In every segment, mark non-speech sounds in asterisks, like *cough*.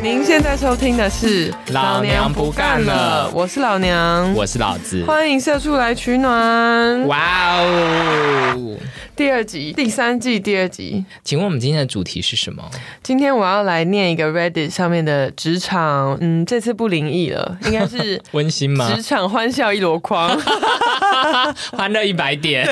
您现在收听的是《老娘不干了我是老娘，我是老子。欢迎社畜来取暖。哇哦！第二集，第三季第二集。 *laughs* 请问我们今天的主题是什么？今天我要来念一个 Reddit 上面的职场，嗯，这次不灵异了，应该是温馨 *laughs* 吗职？场欢笑一箩 *laughs* 筐，欢乐一百点。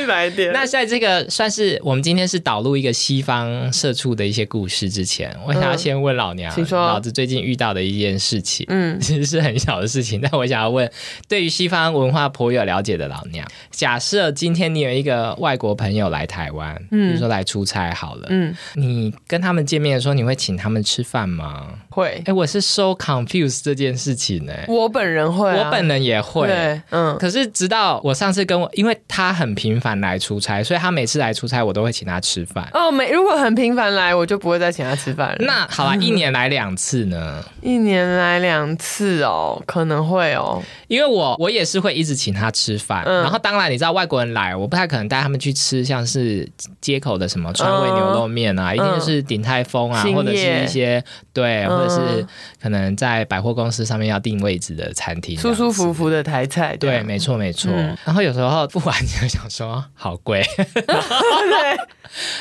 一百点。 *laughs* 那在这个算是我们今天是导入一个西方社畜的一些故事之前，我想要先问老嗯娘，请说老子最近遇到的一件事情，嗯， *laughs* 其实是很小的事情，但我想要问，对于西方文化颇有了解的老娘，假设今天你有一个外国朋友来台湾，比如说来出差好了，嗯，你跟他们见面的时候，你会请他们吃饭吗？会哎、，我是 so confused 这件事情呢、我本人会啊、我本人也会。对，嗯，可是直到我上次跟我，因为他很频繁来出差，所以他每次来出差，我都会请他吃饭。哦，每如果很频繁来，我就不会再请他吃饭了。那好啦，一年来两次 *laughs* 呢，一年来两次哦，可能会哦，因为我我也是会一直请他吃饭。嗯然后当然你知道外国人来，我不太可能带他们去吃像是街口的什么川味牛肉面嗯啊，一定就是鼎泰丰啊，兴业或者是一些对，嗯或者是可能在百货公司上面要定位置的餐厅，舒舒服服。服的台菜这对，样。没错没错。嗯然后有时候付完就想说 *laughs* 好 *laughs* 贵，对，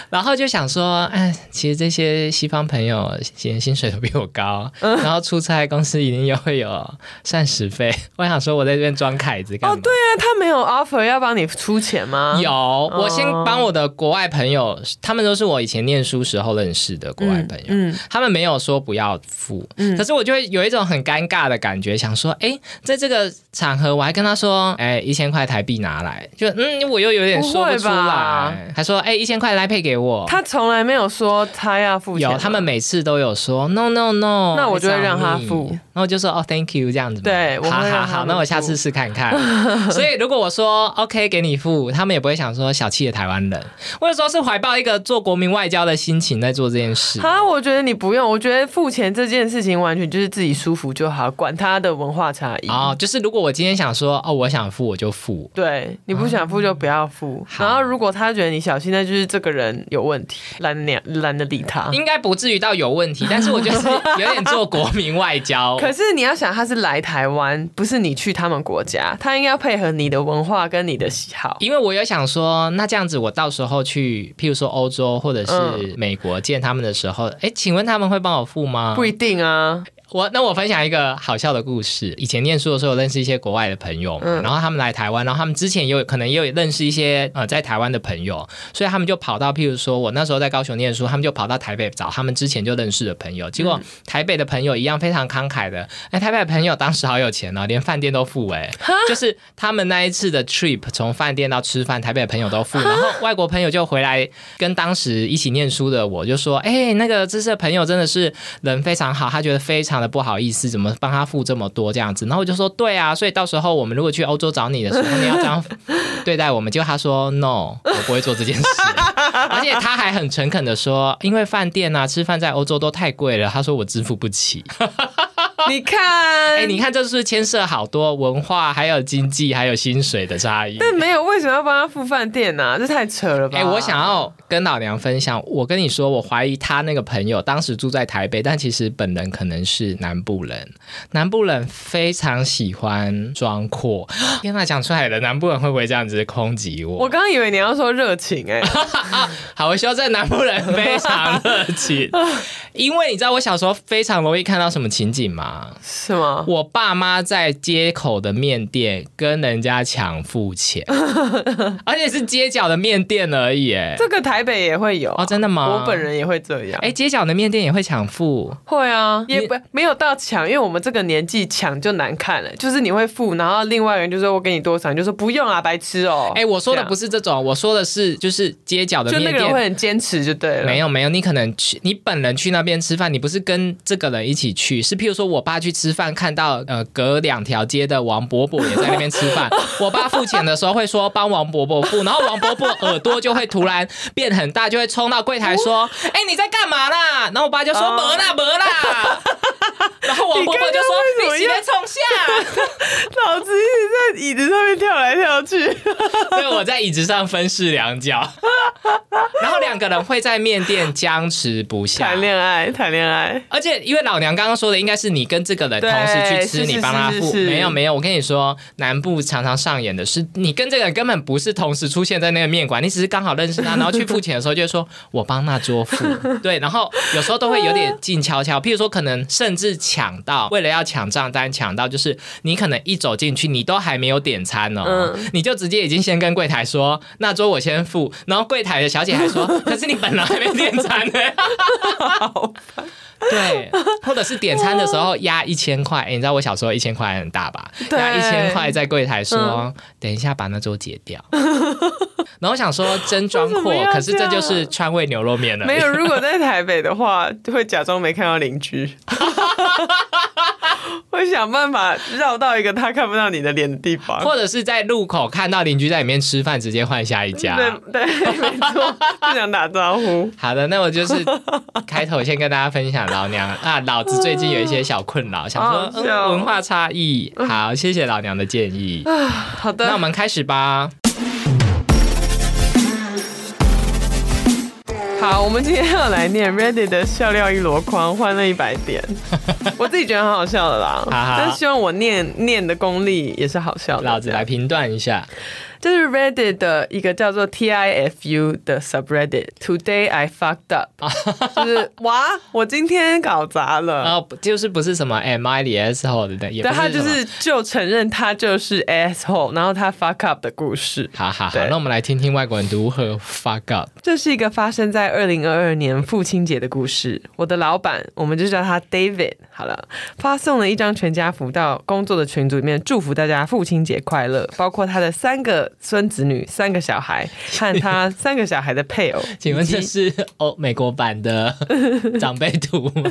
然后就想说，哎，其实这些西方朋友薪薪水都比我高，嗯然后出差公司一定又会有膳食费。 *laughs* 我想说，我在这边装凯子干哦嘛？对啊，他没有 offer 要帮你出钱吗？有，我先帮我的国外朋友，他们都是我以前念书时候认识的国外朋友，嗯，他们没有说不要付，可是我就会有一种很尴尬的感觉，想说，哎，在这个场合我还跟他说，哎，一千块台币拿来，就嗯，我又有点说不出不会吧来，还说，哎，一千块来配给我，他从来没有说他要付钱吗，有，他们每次都有说 no no no，那我就会 it's on 让他 me 付然后我就说哦 thank you 这样子嘛，对我会好让好他好，们那我下付次试看看。 *laughs* 所以如果我说 OK 给你付，他们也不会想说小气的台湾人，或者说是怀抱一个做国民外交的心情在做这件事。啊，我觉得你不用，我觉得付钱这件事情完全就是自己舒服就好，管他的文化差异。哦，就是如果我今天想说哦我想付我就付，对你不想付就不要付，嗯好然后如果他觉得你小心，那就是这个人有问题，懒得懒得理他。应该不至于到有问 *laughs* 题，但是我就是有点做国民外交。可是你要想，他是来台湾，不是你去他们国家，他应该要配合你的文化跟你的喜好。因为我有想说，那这样子，我到时候去，譬如说欧洲或者嗯是美国见他们的时候，哎、请问他们会帮我付吗？不一定 *laughs* 啊，我那我分享一个好笑的故事。以前念书的时候，认识一些国外的朋友嘛，然后他们来台湾，然后他们之前也有可能也有认识一些呃在台湾的朋友，所以他们就跑到，譬如说我那时候在高雄念书，他们就跑到台北找他们之前就认识的朋友。结果台北的朋友一样非常慷慨的，哎，台北的朋友当时好有钱哦，连饭店都付哎、就是他们那一次的 trip 从饭店到吃饭，台北的朋友都付，然后外国朋友就回来跟当时一起念书的我就说，哎、那个这次的朋友真的是人非常好，他觉得非常的不好意思，怎么帮他付这么多这样子？然后我就说，对啊，所以到时候我们如果去欧洲找你的时候，你要这样对待我们。结果他说，no，我不会做这件事，而且他还很诚恳的说，因为饭店啊吃饭在欧洲都太贵了，他说我支付不起。你看，哎、你看这是不是牵涉好多文化，还有经济，还有薪水的差异。但没有为什么要帮他付饭店呢、啊？这太扯了吧！嗯哎、我想要跟老娘分享，我跟你说，我怀疑他那个朋友当时住在台北，但其实本人可能是南部人。南部人非常喜欢装阔， *gasps* 天哪，讲出来了，南部人会不会这样子抨击我？我刚刚以为你要说热情、哎， *laughs* 好，我修正南部人非常热 *laughs* 情，因为你知道我小时候非常容易看到什么情景吗？是吗？我爸妈在街口的面店跟人家抢 *laughs* 付钱，而且是街角的面店而已，哎，这个台北也会有啊哦，真的吗？我本人也会这样。哎、街角的面店也会抢付，会啊，也你不没有到抢，因为我们这个年纪抢就难看了，就是你会付，然后另外一个人就说我给你多少，你就说不用啊，白痴哦、哎、我说的不是，是这种，我说的是就是街角的就那面个人店。会很坚持就对了。没有没有，你可能去你本人去那边吃饭，你不是跟这个人一起去，是譬如说我爸去吃饭，看到呃隔两条街的王伯伯也在那边吃 *laughs* 饭，我爸付钱的时候会说帮王伯伯付，然后王伯伯耳朵就会突然 *laughs* 变很大，就会哦冲到柜台说：“哎、你在干嘛啦？”然后我爸就说：“哦没啦没啦。”然后我你婆婆刚刚就为什说：“么你起来要冲下老子一直在椅子上面跳来跳去。！” *laughs* 对，我在椅子上分饰两角，然后两个人会在面店僵持不下谈。恋爱，谈恋爱，而且，因为老娘刚刚说的应该是你跟这个人对同时去吃，是你是帮他是付。是没有没有，我跟你说，南部常常上演的是，你跟这个人根本不是同时出现在那个面馆，你只是刚好认识他，然后去付钱的时候就会说“我帮那桌 *laughs* 付”，对，然后有时候都会有点静悄悄。譬如说，可能甚至抢到，为了要抢账单，抢到就是你可能一走进去，你都还没有点餐哦，嗯你就直接已经先跟柜台说“那桌我先付”，然后柜台的小姐还说：“ *laughs* 可是你本来还没点餐呢、对，或者是点餐的时候压一千块、欸诶你知道我小时候一千块很大吧？哦对压一千块在柜台说，等一下把那桌结 *laughs* 掉。然后我想说真装为什么阔，要可是这就这是样川味牛肉面了。没有。如果在台北的话，就会假装没看到邻 *laughs* 居，会想办法绕到一个他看不到你的脸的地方。或者是在路口看到邻居在里面吃饭，直接换下一家。对对，没错，不想打招 *laughs* 呼。好的，那 *laughs* 我就是开头先跟大家分享老娘啊，老子最近有一些小困扰，想说、好好笑嗯嗯、文化差异。好，谢谢老娘的 *laughs* 建议。好的，那我们开始吧。好，我们今天要来念 Reddit 的笑料一箩筐，欢乐一百 *laughs* 点。我自己觉得很好笑的啦，好好但希望我念念的功力也是好笑的。老子来评断一下。这是 Reddit 的一个叫做 TIFU 的 subreddit，Today I fucked *laughs* up，就是哇，我今天搞砸了。 *laughs* 哦，不就是不是什么 am I the asshole 的，也不但是他就什么是就承认他就是 asshole，然后他 fuck up 的故事。好好好，对那我们来听听外国人如何 fuck up。这是一个发生在二零二二年父亲节的故事。我的老板，我们就叫他 David 好了，发送了一张全家福到工作的群组里面，祝福大家父亲节快乐，包括他的三个孙子女、三个小孩和他三个小孩的配偶。请问以及这是哦美国版 *laughs* 的长辈图吗？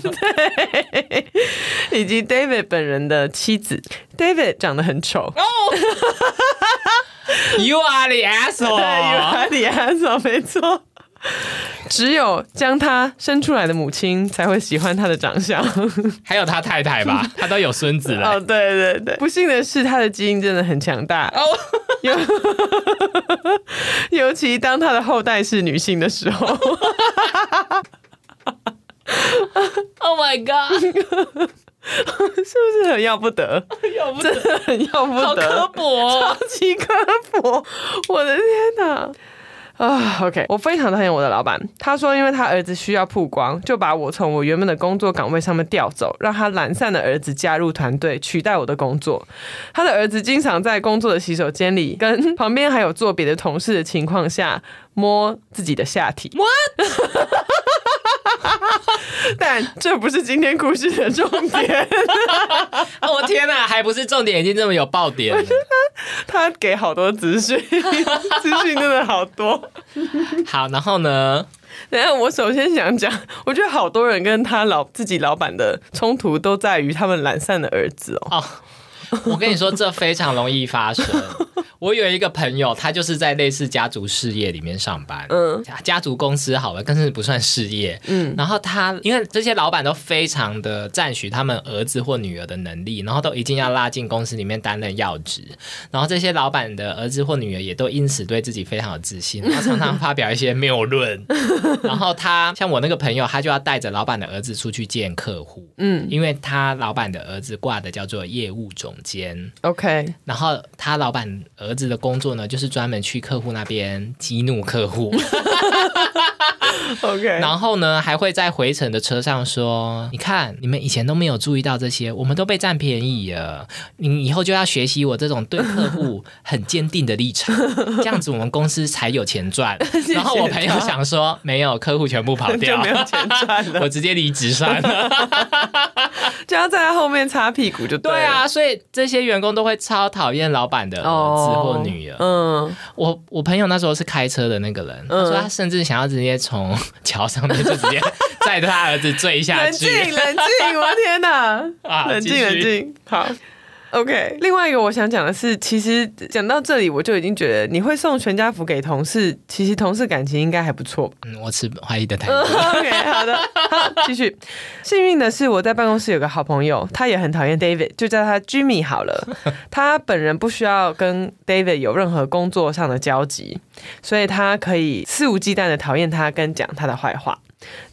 *laughs* 以及 David 本人的妻子，David 长得很丑。哦 *laughs* ？You are the 对， asshole。有啊点安手，没错。只有将他生出来的母亲才会喜欢他的长相。 *laughs* 还有他太太吧，他都有孙子了哦，。对对对，不幸的是，他的基因真的很强 *laughs* 大。哦，尤尤其当他的后代是女性的时候， Oh my god，是不是很 *laughs* 要不得？要不真的很要不好得，刻薄哦。 *laughs* 超级科普，我的天哪！啊、o k 我非常讨厌我的老板。他说，因为他儿子需要曝光，就把我从我原本的工作岗位上面调走，让他懒散的儿子加入团队，取代我的工作。他的儿子经常在工作的洗手间里，跟旁边还有做别的同事的情况下，摸自己的下体。What？但这不是今天故事的重点。啊我天哪，还不是重点，已经这么有爆点了。他给好多资讯，资讯真的好多。好，然后呢？ *laughs* 等一下，我首先想讲，我觉得好多人跟他老自己老板的冲突都在于他们懒散的儿子哦。哦，我跟你说，这非常容易发生。我有一个朋友，他就是在类似家族事业里面上班，嗯嗯，家族公司好了，更是不算事业，嗯。然后他因为这些老板都非常的赞许他们儿子或女儿的能力，然后都一定要拉进公司里面担任要职，然后这些老板的儿子或女儿也都因此对自己非常有自信，然后常常发表一些谬论。然后他像我那个朋友，他就要带着老板的儿子出去见客户，嗯，因为他老板的儿子挂的叫做业务总监， OK，然后他老板儿子的工作呢，就是专门去客户那边激怒 *laughs* 客户， *laughs* 哎 OK，然后呢还会在回程的车上说，你看你们以前都没有注意到这些，我们都被占便宜了，你以后就要学习我这种对客 *laughs* 户很坚定的立场，这样子我们公司才有钱 *laughs* 赚。谢然后我朋友他想说，没有，客户全部跑 *laughs* 就掉没。有钱赚了我，直接离职算了。就要在他后面擦屁股就对了。啊，所以这些员工都会超讨厌老板的儿哦子或女儿。嗯，我我朋友那时候是开车的那个人，他说他甚至想要直接从桥上面就直接载着他儿子坠下冷去。 *laughs* 静，冷静，我的天哪啊！冷继静，续冷静，好。 OK，另外一个我想讲的是，其实讲到这里，我就已经觉得你会送全家福给同事，其实同事感情应该还不错吧。嗯，我持怀疑的态度。 OK，好的，好，继续。幸运的是，我在办公室有个好朋友，他也很讨厌 David，就叫他 Jimmy 好了。他本人不需要跟 David 有任何工作上的交集，所以他可以肆无忌惮的讨厌他跟讲他的坏话。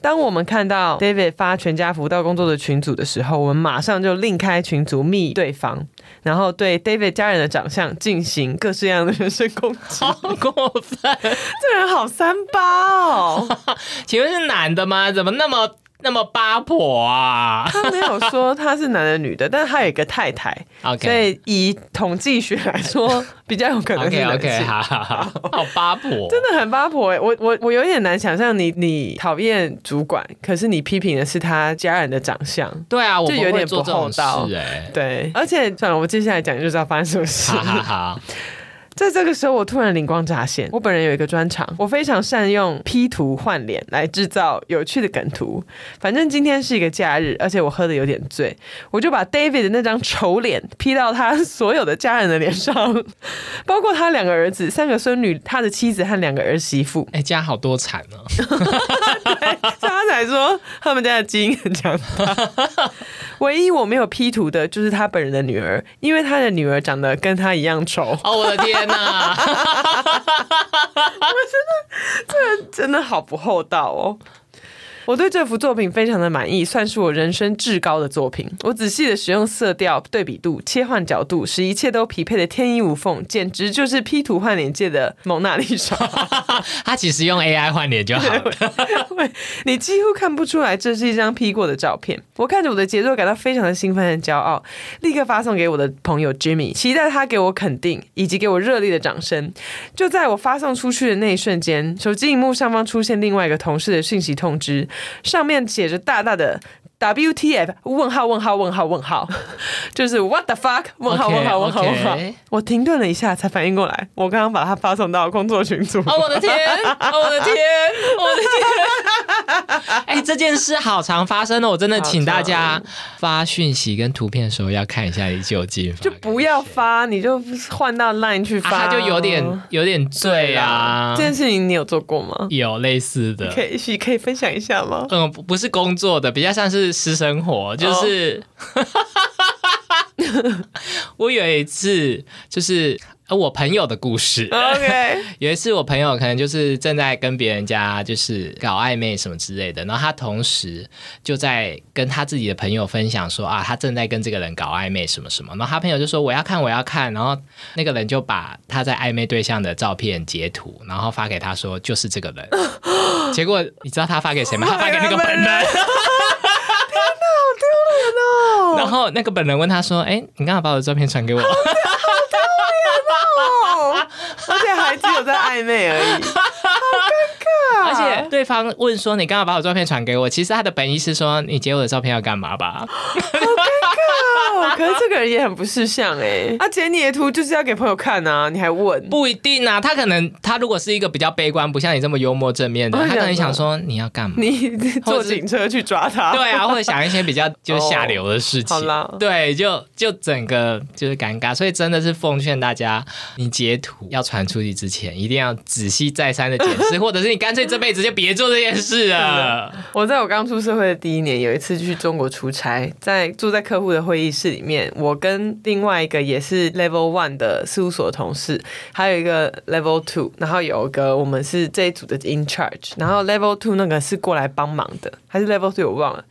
当我们看到 David 发全家福到工作的群组的时候，我们马上就另开群组密对方，然后对 David 家人的长相进行各式各样的人身攻 *laughs* 击。好过分！这人好三八哦。请问是男的吗？怎么那么那么八婆啊他没有说他是男的女的，但是他有一个太太所 *laughs* ？OK 以以统计学来说，比较有可 *laughs* 能是 OK 男性。 OK，好好好，好 *laughs* 八婆，真的很八婆哎、我我我有点难想象你你讨厌主管，可是你批评的是他家人的长相，对啊，我就有不会点做不这种厚道事哎。对，而且算了，我接下来讲就知道发生什么事哈。哈哈， *laughs* 在这个时候，我突然灵光乍现，我本人有一个专长，我非常善用 P 图换脸来制造有趣的梗图。反正今天是一个假日，而且我喝的有点醉，我就把 David 的那张丑脸 P 到他所有的家人的脸上， *laughs* 包括他两个儿子、三个孙女、他的妻子和两个儿媳妇。 *laughs* 哎，这样好多产呢。所以他才说他们家的基因很强大。唯一我没有 P 图的就是他本人的女儿，因为他的女儿长得跟他一样丑。哦，我的天 *laughs* 哪！真的好不厚道哦。我对这幅作品非常的满意，算是我人生至高的作品。我仔细的使用色调、对比度、切换角度，使一切都匹配的天衣无缝，简直就是 P 图换脸界的蒙娜丽莎。他其实用 AI 换脸就好了。 *laughs* 你几乎看不出来这是一张 P 过的照片。我看着我的杰作感到非常的兴奋和骄傲，立刻发送给我的朋友 Jimmy，期待他给我肯定以及给我热烈的掌声。就在我发送出去的那一瞬间，手机荧幕上方出现另外一个同事的讯息通知，上面写着大大的。WTF？问号问号问号问号， *laughs* 就是 What the fuck？问号 OK，问号问号问号 OK。我停顿了一下，才反应过来，我刚刚把它发送到工作群组。哦，我的天！哦，我的天！我的天！ *laughs* 哎、这件事好常发生哦，我真的好请大家常发讯息跟图片的时候要看一下究竟，就不要发，你就换到 Line 去啊，发、哦他就有点有点醉对啊这，件事情你有做过吗？有类似的可。以是可以分享一下吗？嗯，不不是工作的，比较像是私生活，就是。哦 *laughs* 我有一次就是呃我朋友的故事， *laughs* OK，有一次，我朋友可能就是正在跟别人家就是搞暧昧什么之类的，然后他同时就在跟他自己的朋友分享说啊，他正在跟这个人搞暧昧什么什么，然后他朋友就说我要看我要看，然后那个人就把他在暧昧对象的照片截图，然后发给他说就是这个人，结果你知道他发给谁吗？他发给那个本人。 *laughs* 然后那个本人问他说：“哎、你刚才把我的照片传给 *laughs* 我，哦，而且还只有在暧昧而已，好尴尬。而且对方问说你刚刚把我照片传给我，其实他的本意是说你截我的照片要干嘛吧？ *laughs* *laughs* 哦，可是这个人也很不识相哎。他截你的图就是要给朋友看啊，你还问？不一定啊，他可能他如果是一个比较悲观，不像你这么幽默正面的，我他想可能说想说你要干嘛？ *laughs* 你或坐者是警车去抓 *laughs* 他？对啊，或者想一些比较就是下流的事情。哦好啦 *laughs* 对，就就整个就是尴尬，所以真的是奉劝大家，你截图要传出去之前，一定要仔细再三的检 *laughs* 视，或者是你干脆这辈子就别做这件事了。我在我刚出社会的第一年，有一次去中国出差，在住在客户的会议室里面，我跟另外一个也是 Level One 的事务所同事，还有一个 Level Two，然后有一个我们是这一组的 In Charge，然后 Level Two 那个是过来帮忙的，还是 Level Two 我忘了。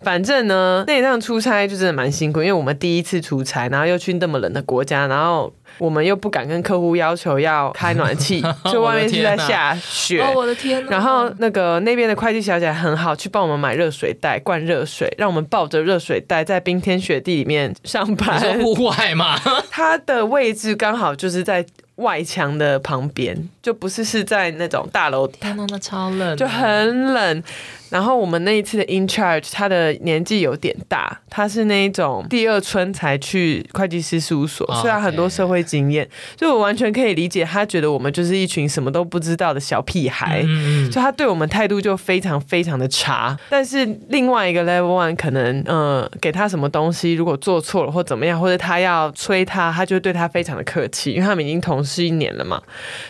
反正呢，那一趟出差就真的蛮辛苦，因为我们第一次出差，然后又去那么冷的国家，然后我们又不敢跟客户要求要开暖气，就外面是在下雪，哦我的天然后那个那边的会计小姐很好，去帮我们买热水袋、灌热水，让我们抱着热水袋在冰天雪地里面上你说班。 *laughs* 户外嘛，她的位置刚好就是在外墙的旁边，就不是是在那种大楼天哪，那超冷，就很冷。然后我们那一次的 in charge，他的年纪有点大，他是那一种第二春才去会计师事务所，哦虽然很多 OK 社会经验，所以我完全可以理解他觉得我们就是一群什么都不知道的小屁孩。嗯嗯所以他对我们态度就非常非常的差。但是另外一个 level one 可能，呃，给他什么东西，如果做错了或怎么样，或者他要催他，他就对他非常的客气，因为他们已经同事一年了嘛。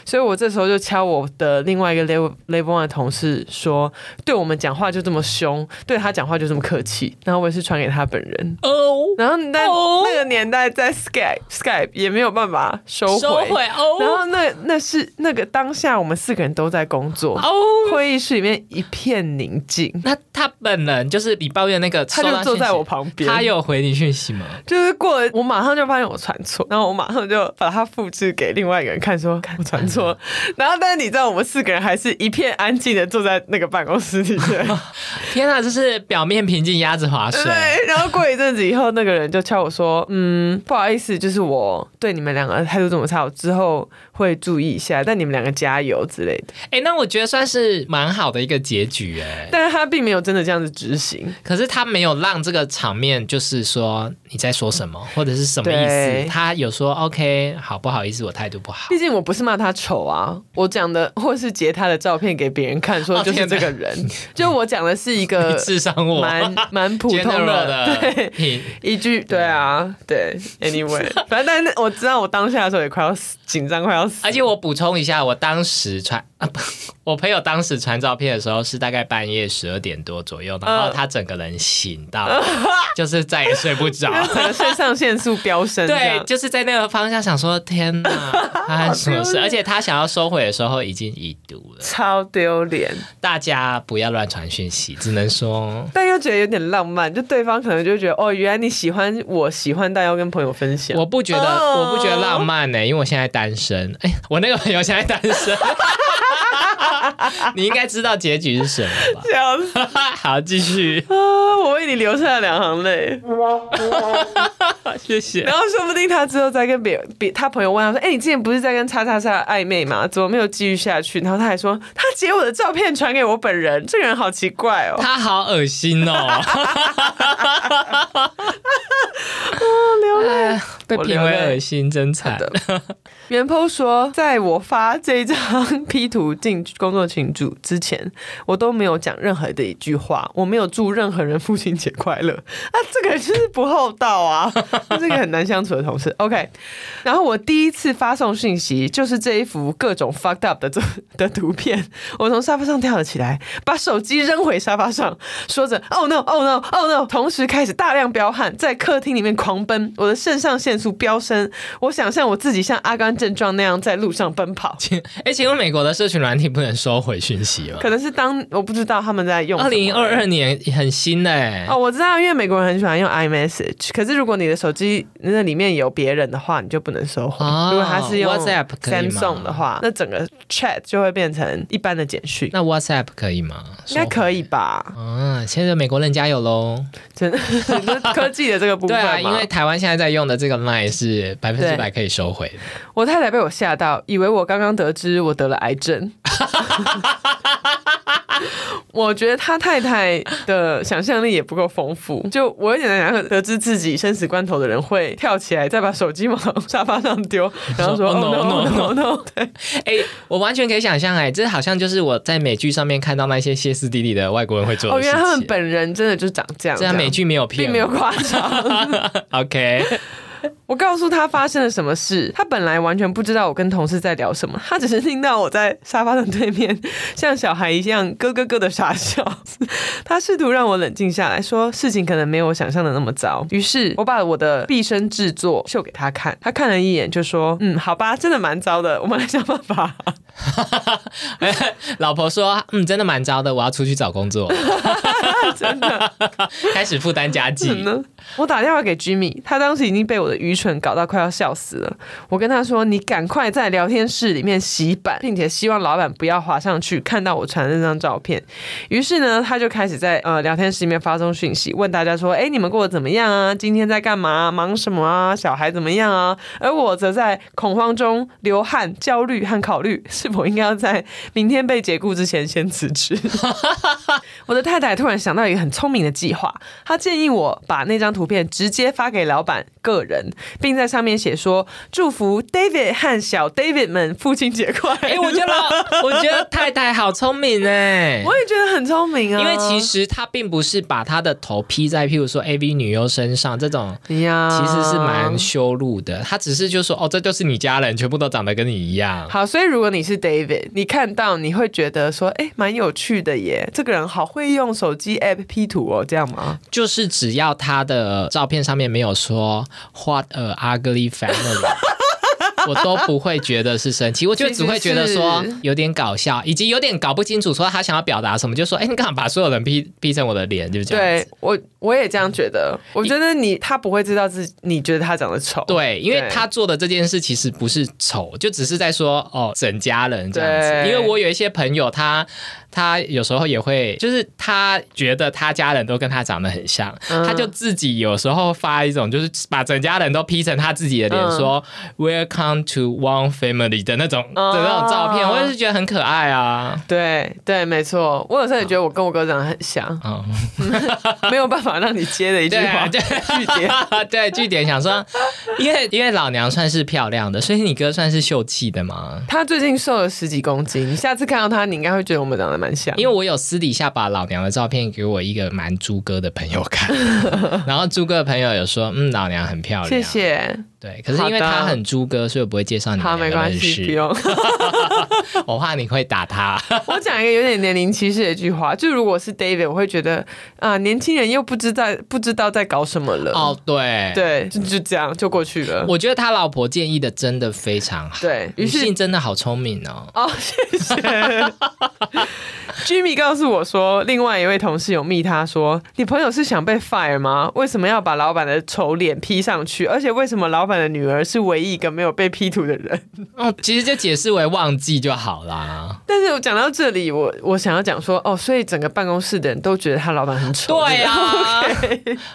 所以我这时候就敲我的另外一个 level level one 的同事说，对我们讲话就这么凶，对他讲话就这么客气。然后我也是传给他本人。哦，然后你在哦那个年代，在 Skype Skype 也没有办法收回然哦后那那是那个当下，我们四个人都在工作，哦。会议室里面一片宁静，那他本人就是你抱怨那个，他收就到坐在讯息我旁边，他有回你讯息吗？ *laughs* 就是过了，我马上就发现我传错，然后我马上就把它复制给另外一个人看说，看我传错了。然后，但是你知道，我们四个人还是一片安静的坐在那个办公室里 *laughs* 面。天哪，这是表面平静鸭子划水。对，然后过一阵子以后，那个人就敲我说：“嗯，不好意思，就是我对你们两个态度这么差，我之后会注意一下，但你们两个加油之类的。哎、那我觉得算是蛮好的一个结局哎”。但是他并没有真的这样子执行。可是他没有让这个场面，就是说你在说什么，或者是什么意对思。他有说 OK，好不好意思，我态度不好。 *laughs* 毕竟我不是骂他丑啊，我讲的 *laughs* 或是截他的照片给别人看，说哦就是天哪这个人，就我讲的是一个 *laughs* 你智商我呃蛮蛮普 *laughs* general 通的，的 *laughs* 对。品一句对啊，对，anyway，反正 *laughs* 但是我知道我当下的时候也快要死，紧张快要死，而且我补充一下，我当时传、 *laughs* 啊不我朋友当时传照片的时候是大概半夜十二点多左右，然后他整个人醒 *laughs* 到，就是再也睡不着。整个肾上腺素飙升，这对样，就是在那个方向想说，天哪，发生什么丢事？脸而且他想要收回的时候已经已读了。超丢脸，大家不要乱传讯息，只 *laughs* 能说但又觉得有点浪漫，就对方可能就觉得哦，原来你喜欢我喜欢，但要跟朋友分享，我不觉得，哦我不觉得浪漫呢、因为我现在单身。 *laughs* 哎、我那个朋友现在单 *laughs* 身，你应该知道结局是什么吧？ *laughs* 笑死好，继续，啊！我为你流下了两行泪。谢谢。然后说不定他之后再跟别别他朋友问他说：“哎、你之前不是在跟叉叉叉暧昧吗？怎么没有继续下去？”然后他还说：“他截我的照片传给我本人，这个人好奇怪哦。他好恶心哦！啊流泪哎被评为恶心，真惨。的”袁剖说：“在我发这张 *laughs* P 图进工作群组之前，我都没有讲任何的一句话，我没有祝任何人父亲节快乐。啊，这个人就是不厚道啊， *laughs* 这是一个很难相处的同事。OK，然后我第一次发送讯息就是这一幅各种 fucked up 的这 *laughs* 的图片，我从沙发上跳了起来，把手机扔回沙发上，说着 “Oh no, Oh no, Oh no”，同时开始大量飙汗，在客厅里面狂奔，我的肾上腺素飙升，我想象我自己像阿甘正传那样在路上奔跑。请 *laughs* 哎、请问美国的社群软体不能收回讯息吗？可能是当我不知道他们在用什二么零二二年很新嘞、哦，我知道，因为美国人很喜欢用 iMessage，可是如果你的手机那里面有别人的话，你就不能收回。哦如果他是用 WhatsApp 可以吗 Samsung 的话，那整个 Chat 就会变成一般的简讯，那 WhatsApp 可以吗？应该可以吧？啊，现在美国人加油喽！真的，就是科技的这个部对分嘛啊，因为台湾现在在用的这个 Line 是百分对之百可以收回的。我太太被我吓到，以为我刚刚得知我得了癌 *laughs* 症。我觉得他太太的想象力也不够丰富，就我有点难得知自己生死关头的人会跳起来，再把手机往沙发上丢， *laughs* 然后说 Oh, “Oh no, no *laughs* no, no no”，, 对，哎、我完全可以想象，哎，这好像就是我在美剧上面看到那些歇斯底里的外国人会做哦，的事原情。来他们本人真的就长这样，这样美剧没有骗并我，没有夸张。 OK， *laughs* 我告诉他发生了什么事，他本来完全不知道我跟同事在聊什么，他只是听到我在沙发的对面 *laughs* 像小孩一样咯咯咯的傻笑。 *laughs* 他试图让我冷静下来，说事情可能没有我想象的那么糟。于是我把我的毕生制作秀给他看，他看了一眼就说：“嗯，好吧，真的蛮糟的，我们来想办法。 *laughs* 老婆说，嗯，真的蛮糟的，我要出去找工作。”真的开始负担家真计。的。我打电话给 Jimmy，他当时已经被我的愚蠢搞到快要笑死了。我跟他说：“你赶快在聊天室里面洗版，并且希望老板不要滑上去看到我传的那张照片。”于是呢，他就开始在呃聊天室里面发送讯息，问大家说：“哎，你们过得怎么样啊？今天在干嘛啊、忙什么啊？小孩怎么样啊？”而我则在恐慌中流汗、焦虑和考虑是否应该要在明天被解雇之前先辞职。 *laughs* 我的太太突然想到一个很聪明的计划，她建议我把那张图片直接发给老板个人，并在上面写说：“祝福 David 和小 David 们父亲节快乐。”哎、我觉得老，我觉得太太好聪明哎、 *laughs* 我也觉得很聪明啊，因为其实她并不是把她的头披在譬如说 AV 女优身上这种，哎呀，其实是啊蛮羞辱的。她只是就说哦，这就是你家人，全部都长得跟你一样。好。所以如果你是 David，你看到你会觉得说：“哎，蛮有趣的耶，这个人好会用手机 App P 图哦。”这样吗？就是只要她的照片上面没有说 “What a ugly family”。我都不会觉得是生气，我就只会觉得说其实是有点搞笑，以及有点搞不清楚说他想要表达什么，就说哎、你干嘛把所有人 P P 成我的脸，就是这样对子。我，我也这样觉得。我觉得你他不会知道自己，你觉得他长得丑。对，因为对他做的这件事其实不是丑，就只是在说哦，整家人这样子。对因为我有一些朋友他，他有时候也会，就是他觉得他家人都跟他长得很像，嗯他就自己有时候发一种，就是把整家人都 P 成他自己的脸，嗯说 “Welcome to One Family” 的那种、哦的那种照片，我也是觉得很可 *laughs* 爱啊。对对，没错，我有时候也觉得我跟我哥长得很像，嗯， *laughs* 没有办法让你接的一句对话，啊，对句点。对， *laughs* 据点想说，因为因为老娘算是漂亮的，所以你哥算是秀气的嘛。他最近瘦了十几公斤，你下次看到他，你应该会觉得我们长得蛮像。因为我有私底下把老娘的照片给我一个蛮猪哥的朋友看， *laughs* 然后猪哥的朋友有说，嗯，老娘很漂亮，谢。谢，对，可是因为好的他很猪哥，所以我不会介绍你好，们没两个关认系，不识。用。 *laughs* 我怕你会打他。 *laughs* 我讲一个有点年龄歧视的一句话，就如果是 David，我会觉得啊、年轻人又不知道不知道在搞什么了。哦，对，对，就就这样就过去了。我觉得他老婆建议的真的非常好。对于女是性真的好聪明哦。哦，谢谢。Jimmy 告诉我说，另外一位同事有密他说，你朋友是想被 fire 吗？为什么要把老板的丑脸 P 上去？而且为什么老板的女儿是唯一一个没有被 P 图的人？ *laughs* 嗯，其实就解释为忘记就好啦。但是我讲到这里，我我想要讲说，哦，所以整个办公室的人都觉得他老板很丑。对呀、 *laughs* 啊，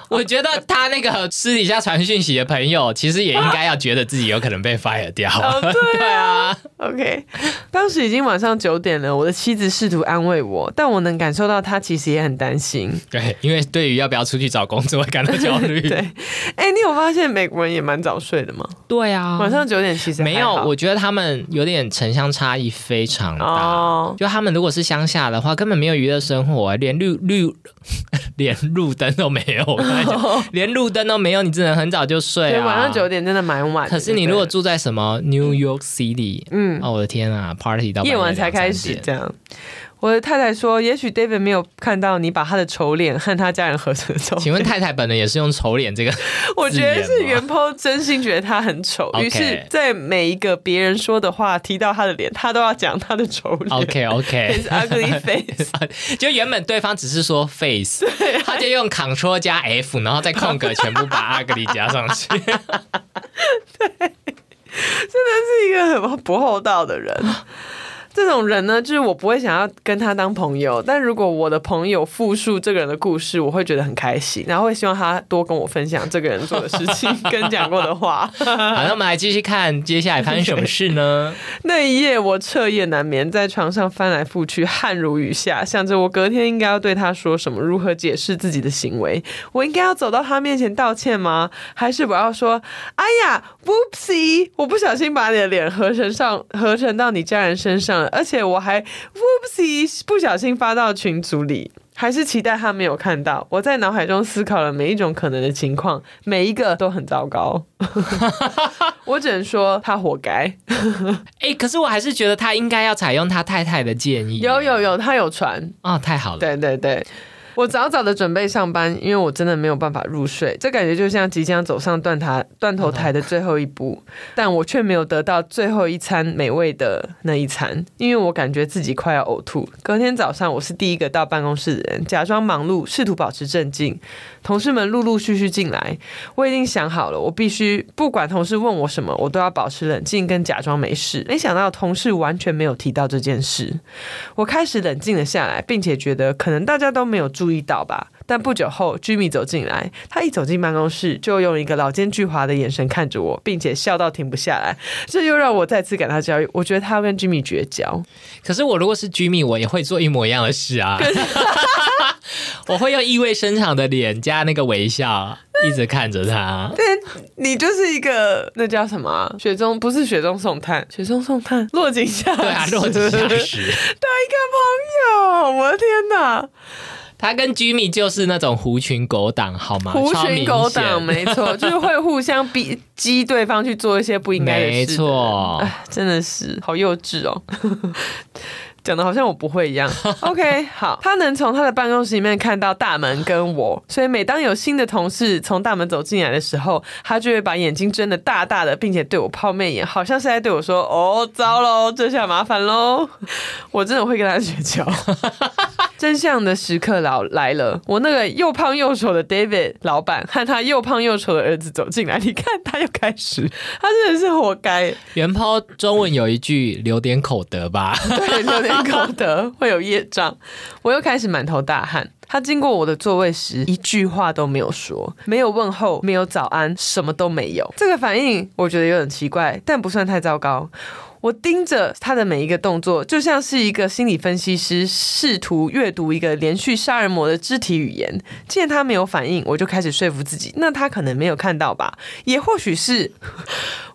我觉得他那个私底下传讯息的朋友，其实也应该要觉得自己有可能被 fire 掉。哦对啊 *laughs* 对啊。 OK，当时已经晚上九点了，我的妻子试图安慰我，但我能感受到她其实也很担心。 *laughs* 对，因为对于要不要出去找工作感到焦虑。对， *laughs* 哎、你有发现美国人也蛮早睡的吗？ *laughs* 对啊晚上九点其实还没有，好我觉得他们有点城乡差异非常大。哦就他们如果是乡下的话，根本没有娱乐生活、连绿绿 *laughs* 连路灯都没 *laughs* 有，我跟你讲连路灯都没有，你只能很早就睡对，啊。晚上九。点真的蛮晚的。可是你如果住在什么 New York City，嗯，哦，我的天啊，party 到对半夜晚两才开三始点这样，我的太太说，也许 David 没有看到你把他的丑脸和他家人合成的丑请问太太本人也是用丑脸 *laughs* 这个我觉得自是言吗袁抛真心觉得他很丑， OK 于是，在每一个别人说的话提到他的脸，他都要讲他的丑脸。 ？OK OK， His *laughs* ugly face，就原本对方只是说 face，他就用 Ctrl 加 F，然后再空格全部把 ugly 加上 *laughs* 去。是一个很不厚道的人。 *gasps* 这种人呢，就是我不会想要跟他当朋友，但如果我的朋友复述这个人的故事，我会觉得很开心，然后会希望他多跟我分享这个人做的事 *laughs* 情跟讲过的话。好，那我们来继续看接下来发生什么事 *laughs* 呢？那一夜我彻夜难眠，在床上翻来覆去，汗如雨下，想着我隔天应该要对他说什么，如何解释自己的行为。我应该要走到他面前道歉吗？还是我要说，哎呀，whoopsie，我不小心把你的脸合成上，合成到你家人身上了，而且我还 whoopsie 不小心发到群组里。还是期待他没有看到。我在脑海中思考了每一种可能的情况，每一个都很糟糕。 *laughs* 我只能说他活该。哎、可是我还是觉得他应该要采用他太太的建议。有有有，他有传，哦，太好了。对对对。我早早的准备上班，因为我真的没有办法入睡，这感觉就像即将走上断台断头台的最后一步，但我却没有得到最后一餐美味的那一餐，因为我感觉自己快要呕吐。隔天早上，我是第一个到办公室的人，假装忙碌，试图保持镇静。同事们陆陆续续进来，我已经想好了，我必须不管同事问我什么，我都要保持冷静跟假装没事。没想到同事完全没有提到这件事，我开始冷静了下来，并且觉得可能大家都没有注意到吧。但不久后，Jimmy 走进来，他一走进办公室就用一个老奸巨猾的眼神看着我，并且笑到停不下来，这又让我再次感到焦虑。我觉得他要跟 Jimmy 绝交。可是我如果是 Jimmy，我也会做一模一样的事啊。 *laughs* 我会用意味深长的脸加那个微笑，一直看着他。你就是一个那叫什么啊、雪中不是雪中送炭，雪中送炭，落井下石。对啊，落井下石。当一个朋友，我的天啊哪！他跟 Jimmy 就是那种狐群狗党，好吗？狐超明群显狗党，没错，就是会互相 *laughs* 逼激对方去做一些不应该的事。没，错。哎，真的是好幼稚哦。 *laughs* 讲的好像我不会一 *laughs* 样。OK，好，他能从他的办公室里面看到大门跟我，所以每当有新的同事从大门走进来的时候，他就会把眼睛睁得大大的，并且对我抛媚眼，好像是在对我说：“哦，糟喽，这下麻烦喽。”我真的会跟他绝交。 *laughs* 真相的时刻老来了，我那个又胖又丑的 David 老板和他又胖又丑的儿子走进来，你看他又开始，他真的是活该。原抛中文有一句“留点口德”吧。 *laughs* 对，有点口德，会有业障。我又开始满头大汗。他经过我的座位时，一句话都没有说，没有问候，没有早安，什么都没有。这个反应我觉得有点奇怪，但不算太糟糕。我盯着他的每一个动作，就像是一个心理分析师试图阅读一个连续杀人魔的肢体语言。见他没有反应，我就开始说服自己，那他可能没有看到吧，也或许是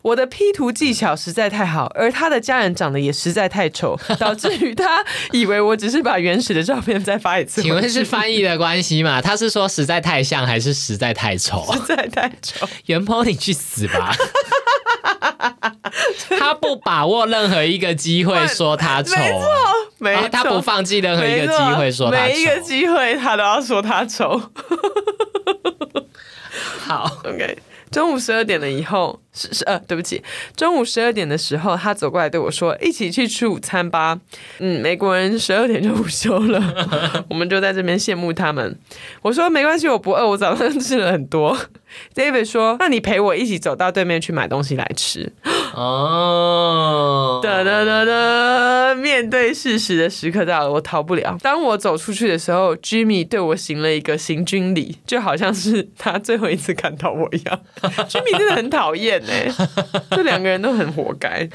我的 P 图技巧实在太好，而他的家人长得也实在太 *laughs* 丑，导致于他以为我只是把原始的照片再发一次回去。请问是翻译的关系吗？他是说实在太像，还是实在太 *laughs* 丑？实在太丑。原抛你去死吧！ *laughs* 他不把握任何一个机会说他丑，没错，没然错，后他不放弃任何一个机会说他没错每一个丑。机会他都要说他丑。好， OK，中午十二点了以后，是是呃，对不起，中午十二点的时候，他走过来对我说：“一起去吃午餐吧。”嗯，美国人十二点就午休了， *laughs* 我们就在这边羡慕他们。我说：“没关系，我不饿，我早上吃了很多。” David 说：“那你陪我一起走到对面去买东西来吃。”哦，哒哒哒哒！面对事实的时刻到了，我逃不了。当我走出去的时候，Jimmy 对我行了一个行军礼，就好像是他最后一次看到我一样。Jimmy *laughs* 真的很讨厌呢，这两个人都很活该。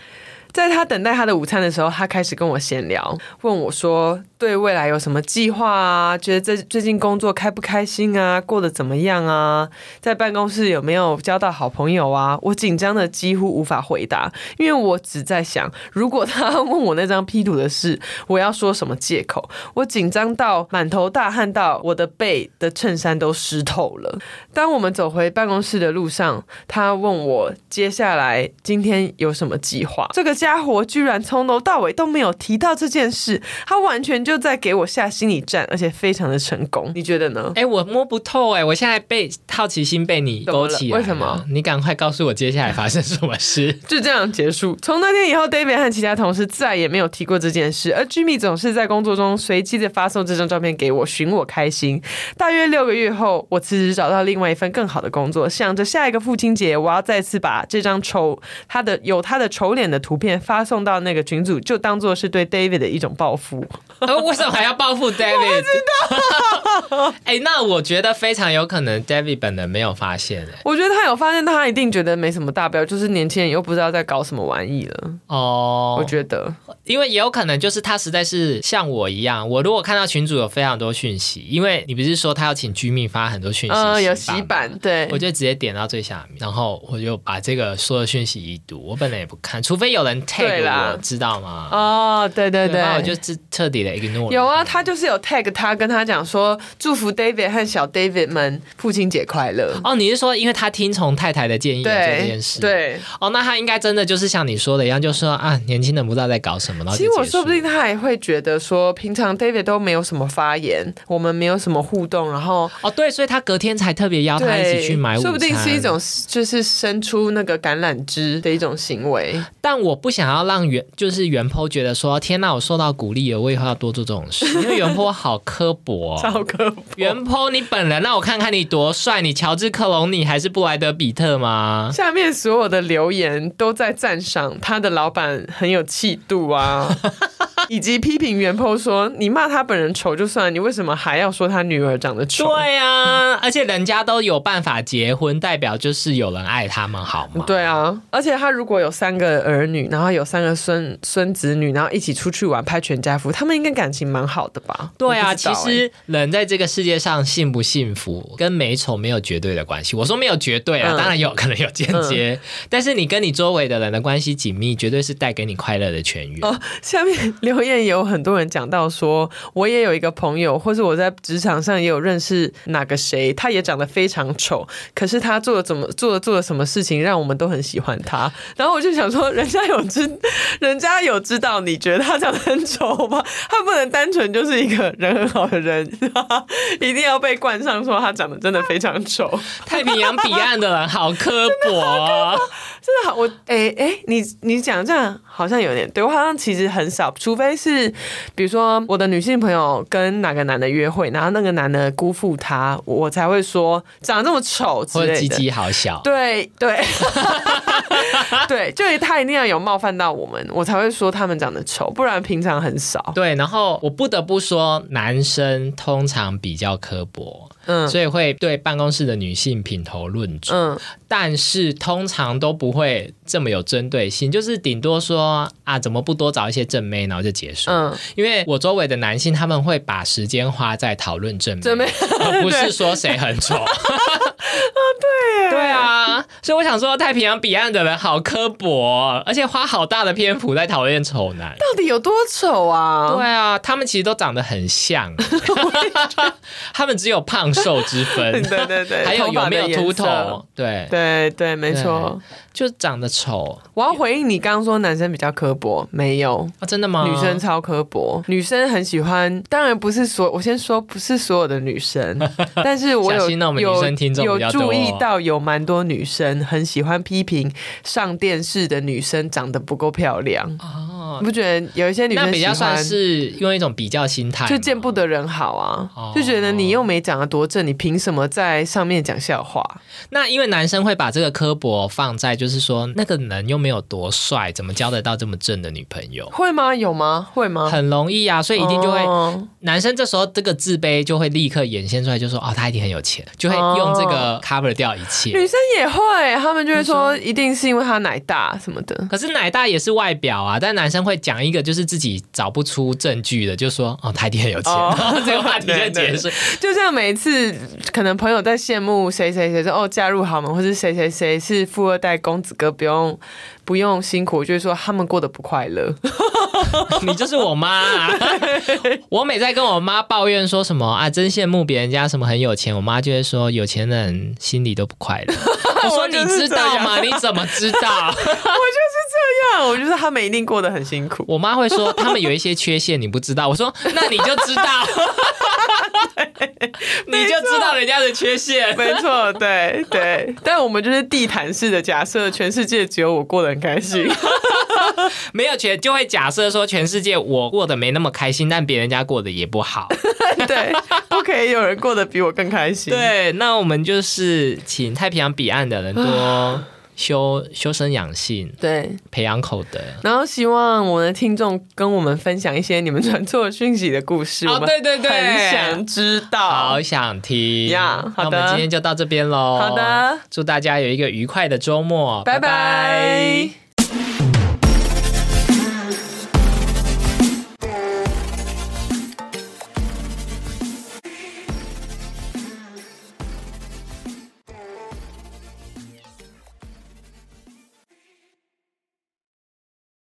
在他等待他的午餐的时候，他开始跟我闲聊，问我说对未来有什么计划啊？觉得这最近工作开不开心啊？过得怎么样啊？在办公室有没有交到好朋友啊？我紧张的几乎无法回答，因为我只在想，如果他 *laughs* 问我那张 P 图的事，我要说什么借口？我紧张到满头大汗，到我的背的衬衫都湿透了。当我们走回办公室的路上，他问我接下来今天有什么计划。这个家伙居然从头到尾都没有提到这件事，他完全就在给我下心理战，而且非常的成功。你觉得呢？哎、我摸不透哎、我现在被好奇心被你怎么勾了起来了为什么？。你赶快告诉我接下来发生什么事就这样结束。从那天以后，David 和其他同事再也没有提过这件事，而 Jimmy 总是在工作中随机的发送这张照片给我，寻我开心。大约六个月后，我辞职找到另外一份更好的工作，想着下一个父亲节，我要再次把这张丑他的有他的丑脸的图片发送到那个群组，就当做是对 David 的一种报复。 *laughs* 呃，为什么还要报复 David？哎、 *laughs* 那我觉得非常有可能 David 本人没有发现哎、我觉得他有发现，他一定觉得没什么大不了，就是年轻人又不知道在搞什么玩意了。哦我觉得因为也有可能就是他实在是像我一样，我如果看到群主有非常多讯息，因为你不是说他要请居民发很多讯息，嗯，有洗洗版吗版，对我就直接点到最下面，然后我就把这个所有讯息已读，我本来也不看，除非有人对 tag 啦我，知道吗？哦，对对不对，啊然我就彻彻底的 ignore 了。有啊，他就是有 tag 他，跟他讲说，祝福 David 和小 David 们父亲节快乐。哦，你是说因为他听从太太的建议而做这对件事？。对，哦，那他应该真的就是像你说的一样，就说啊，年轻人不知道在搞什么，然后其就实我结说不束定他也会觉得说，平常 David 都没有什么发言，我们没有什么互动，然后哦，对，所以他隔天才特别邀他一起去买午餐，说不定是一。种就是伸出那个橄榄枝的一种行为。但我不想要让原就是原坡觉得说，天哪，我受到鼓励了，我以后要多做这种事， *laughs* 因为原坡好刻 *laughs* 薄、哦。可原坡你本人，让我看看你多帅，你乔治克隆尼还是布莱德比特 *laughs* 吗？下面所有的留言都在赞赏他的老板很有气度 *laughs* 啊，以及批评袁坡说：“你骂他本人丑就算了，你为什么还要说他女儿长得丑？”对啊呀、 *laughs* 而且人家都有办法结婚，代表就是有人爱他们，好吗？对啊，而且他如果有三个儿女，然后有三个孙孙子女，然后一起出去玩拍全家福，他们应该感情蛮好的吧？对啊，我不知其道欸实人在这个世界上幸不幸福，跟美丑没有绝对的关系。我说没有绝对啊，嗯当然有可能有间接，但是你跟你周围的人的关系紧密，绝对是带给你快乐的泉源。哦， *laughs* 下面留言也有很多人讲到说，我也有一个朋友，或是我在职场上也有认识哪个谁，他也长得非常丑，可是他做了怎么做了做了什么事情，让我们都很喜欢他。然后我就想说，人家有知， *laughs* 人家有知道你觉得他长得很丑吗？他不能单纯就是一个人很好的人， *laughs* 一定要被冠上说他长得真的非常丑。太平洋彼岸的人好刻薄哦、真 *laughs* 的好，我哎哎、你你讲这样好像有点对我好像其实很少，除非是比如说我的女性朋友跟哪个男的约会，然后那个男的辜负她，我我才会说长得这么丑之或者类鸡的。鸡好小。对对 *laughs* 对，就是他一定要有冒犯到我们，我才会说他们长得丑，不然平常很少。对，然后我不得不说，男生通常比较刻薄，嗯所以会对办公室的女性品头论足。嗯，但是通常都不会这么有针对性，就是顶多说啊，怎么不多找一些正妹，然后就结束。嗯因为我周围的男性，他们会把时间花在讨论正妹，正妹而 *laughs* 不是说谁很丑。啊，对，对啊，所以我想说，太平洋彼岸的人好刻薄哦，而且花好大的篇幅在讨论丑男。到底有多丑啊？对啊，他们其实都长得很 *laughs* 像，他们只有胖瘦之分， *laughs* 对对对还有头发有的没有颜秃色头，对，对对，没错。就长得丑我要回应你刚刚说男生比较刻薄，没有，啊，真的吗？女生超刻薄，女生很喜欢，当然不是所，我先说不是所有的女 *laughs* 生，但是我小有心哦我们有女生听众有比较多注意到有蛮多女生很喜欢批评上电视的女生长得不够漂亮，哦，你不觉得有一些女那生比喜较算欢？是用一种比较心态嘛，就见不得人好啊，哦就觉得你又没长得多正，你凭什么在上面讲笑话？那因为男生会把这个刻薄放在，就是说那个人又没有多帅，怎么交得到这么正的女朋友？会吗？有吗？会吗？很容易啊，所以一定就会、哦男生这时候这个自卑就会立刻显现出来，就说哦，他一定很有钱，就会用这个 cover 掉一切。哦女生也会，他们就会说一定是因为她奶大什么的。可是奶大也是外表啊，但男生会讲一个就是自己找不出证据的，就说哦，他一定很有钱，哦然后 *laughs* 这个 *laughs* 话题就结束。就像每一次，可能朋友在羡慕谁谁谁说哦嫁入豪门，或是谁谁谁是富二代公子哥，不用不用辛苦，就是说他们过得不快乐。你就是我妈、啊。 *laughs* 我每在跟我妈抱怨说什么啊，真羡慕别人家什么很有钱，我妈就会说有钱人心里都不快 *laughs* 乐。我说我你就是知道吗？你怎么知道？对啊，我就是他们一定过得很辛苦。我妈会说他们有一些缺陷，你不知道。我说那你就知道， *laughs* 你就知道人家的缺陷。没错，对对，但我们就是地毯式的假设，全世界只有我过得很开 *laughs* 心。没有全就会假设说全世界我过得没那么开心，但别人家过得也不好。对，不可以有人过得比我更开心。，对，那我们就是请太平洋彼岸的人多啊修修身养性，对，培养口德。然后希望我们的听众跟我们分享一些你们传错的讯息的故事，哦我们对对对很想知道好。想听呀那好我的们今天就到这边喽。好的，祝大家有一个愉快的周末，拜拜。拜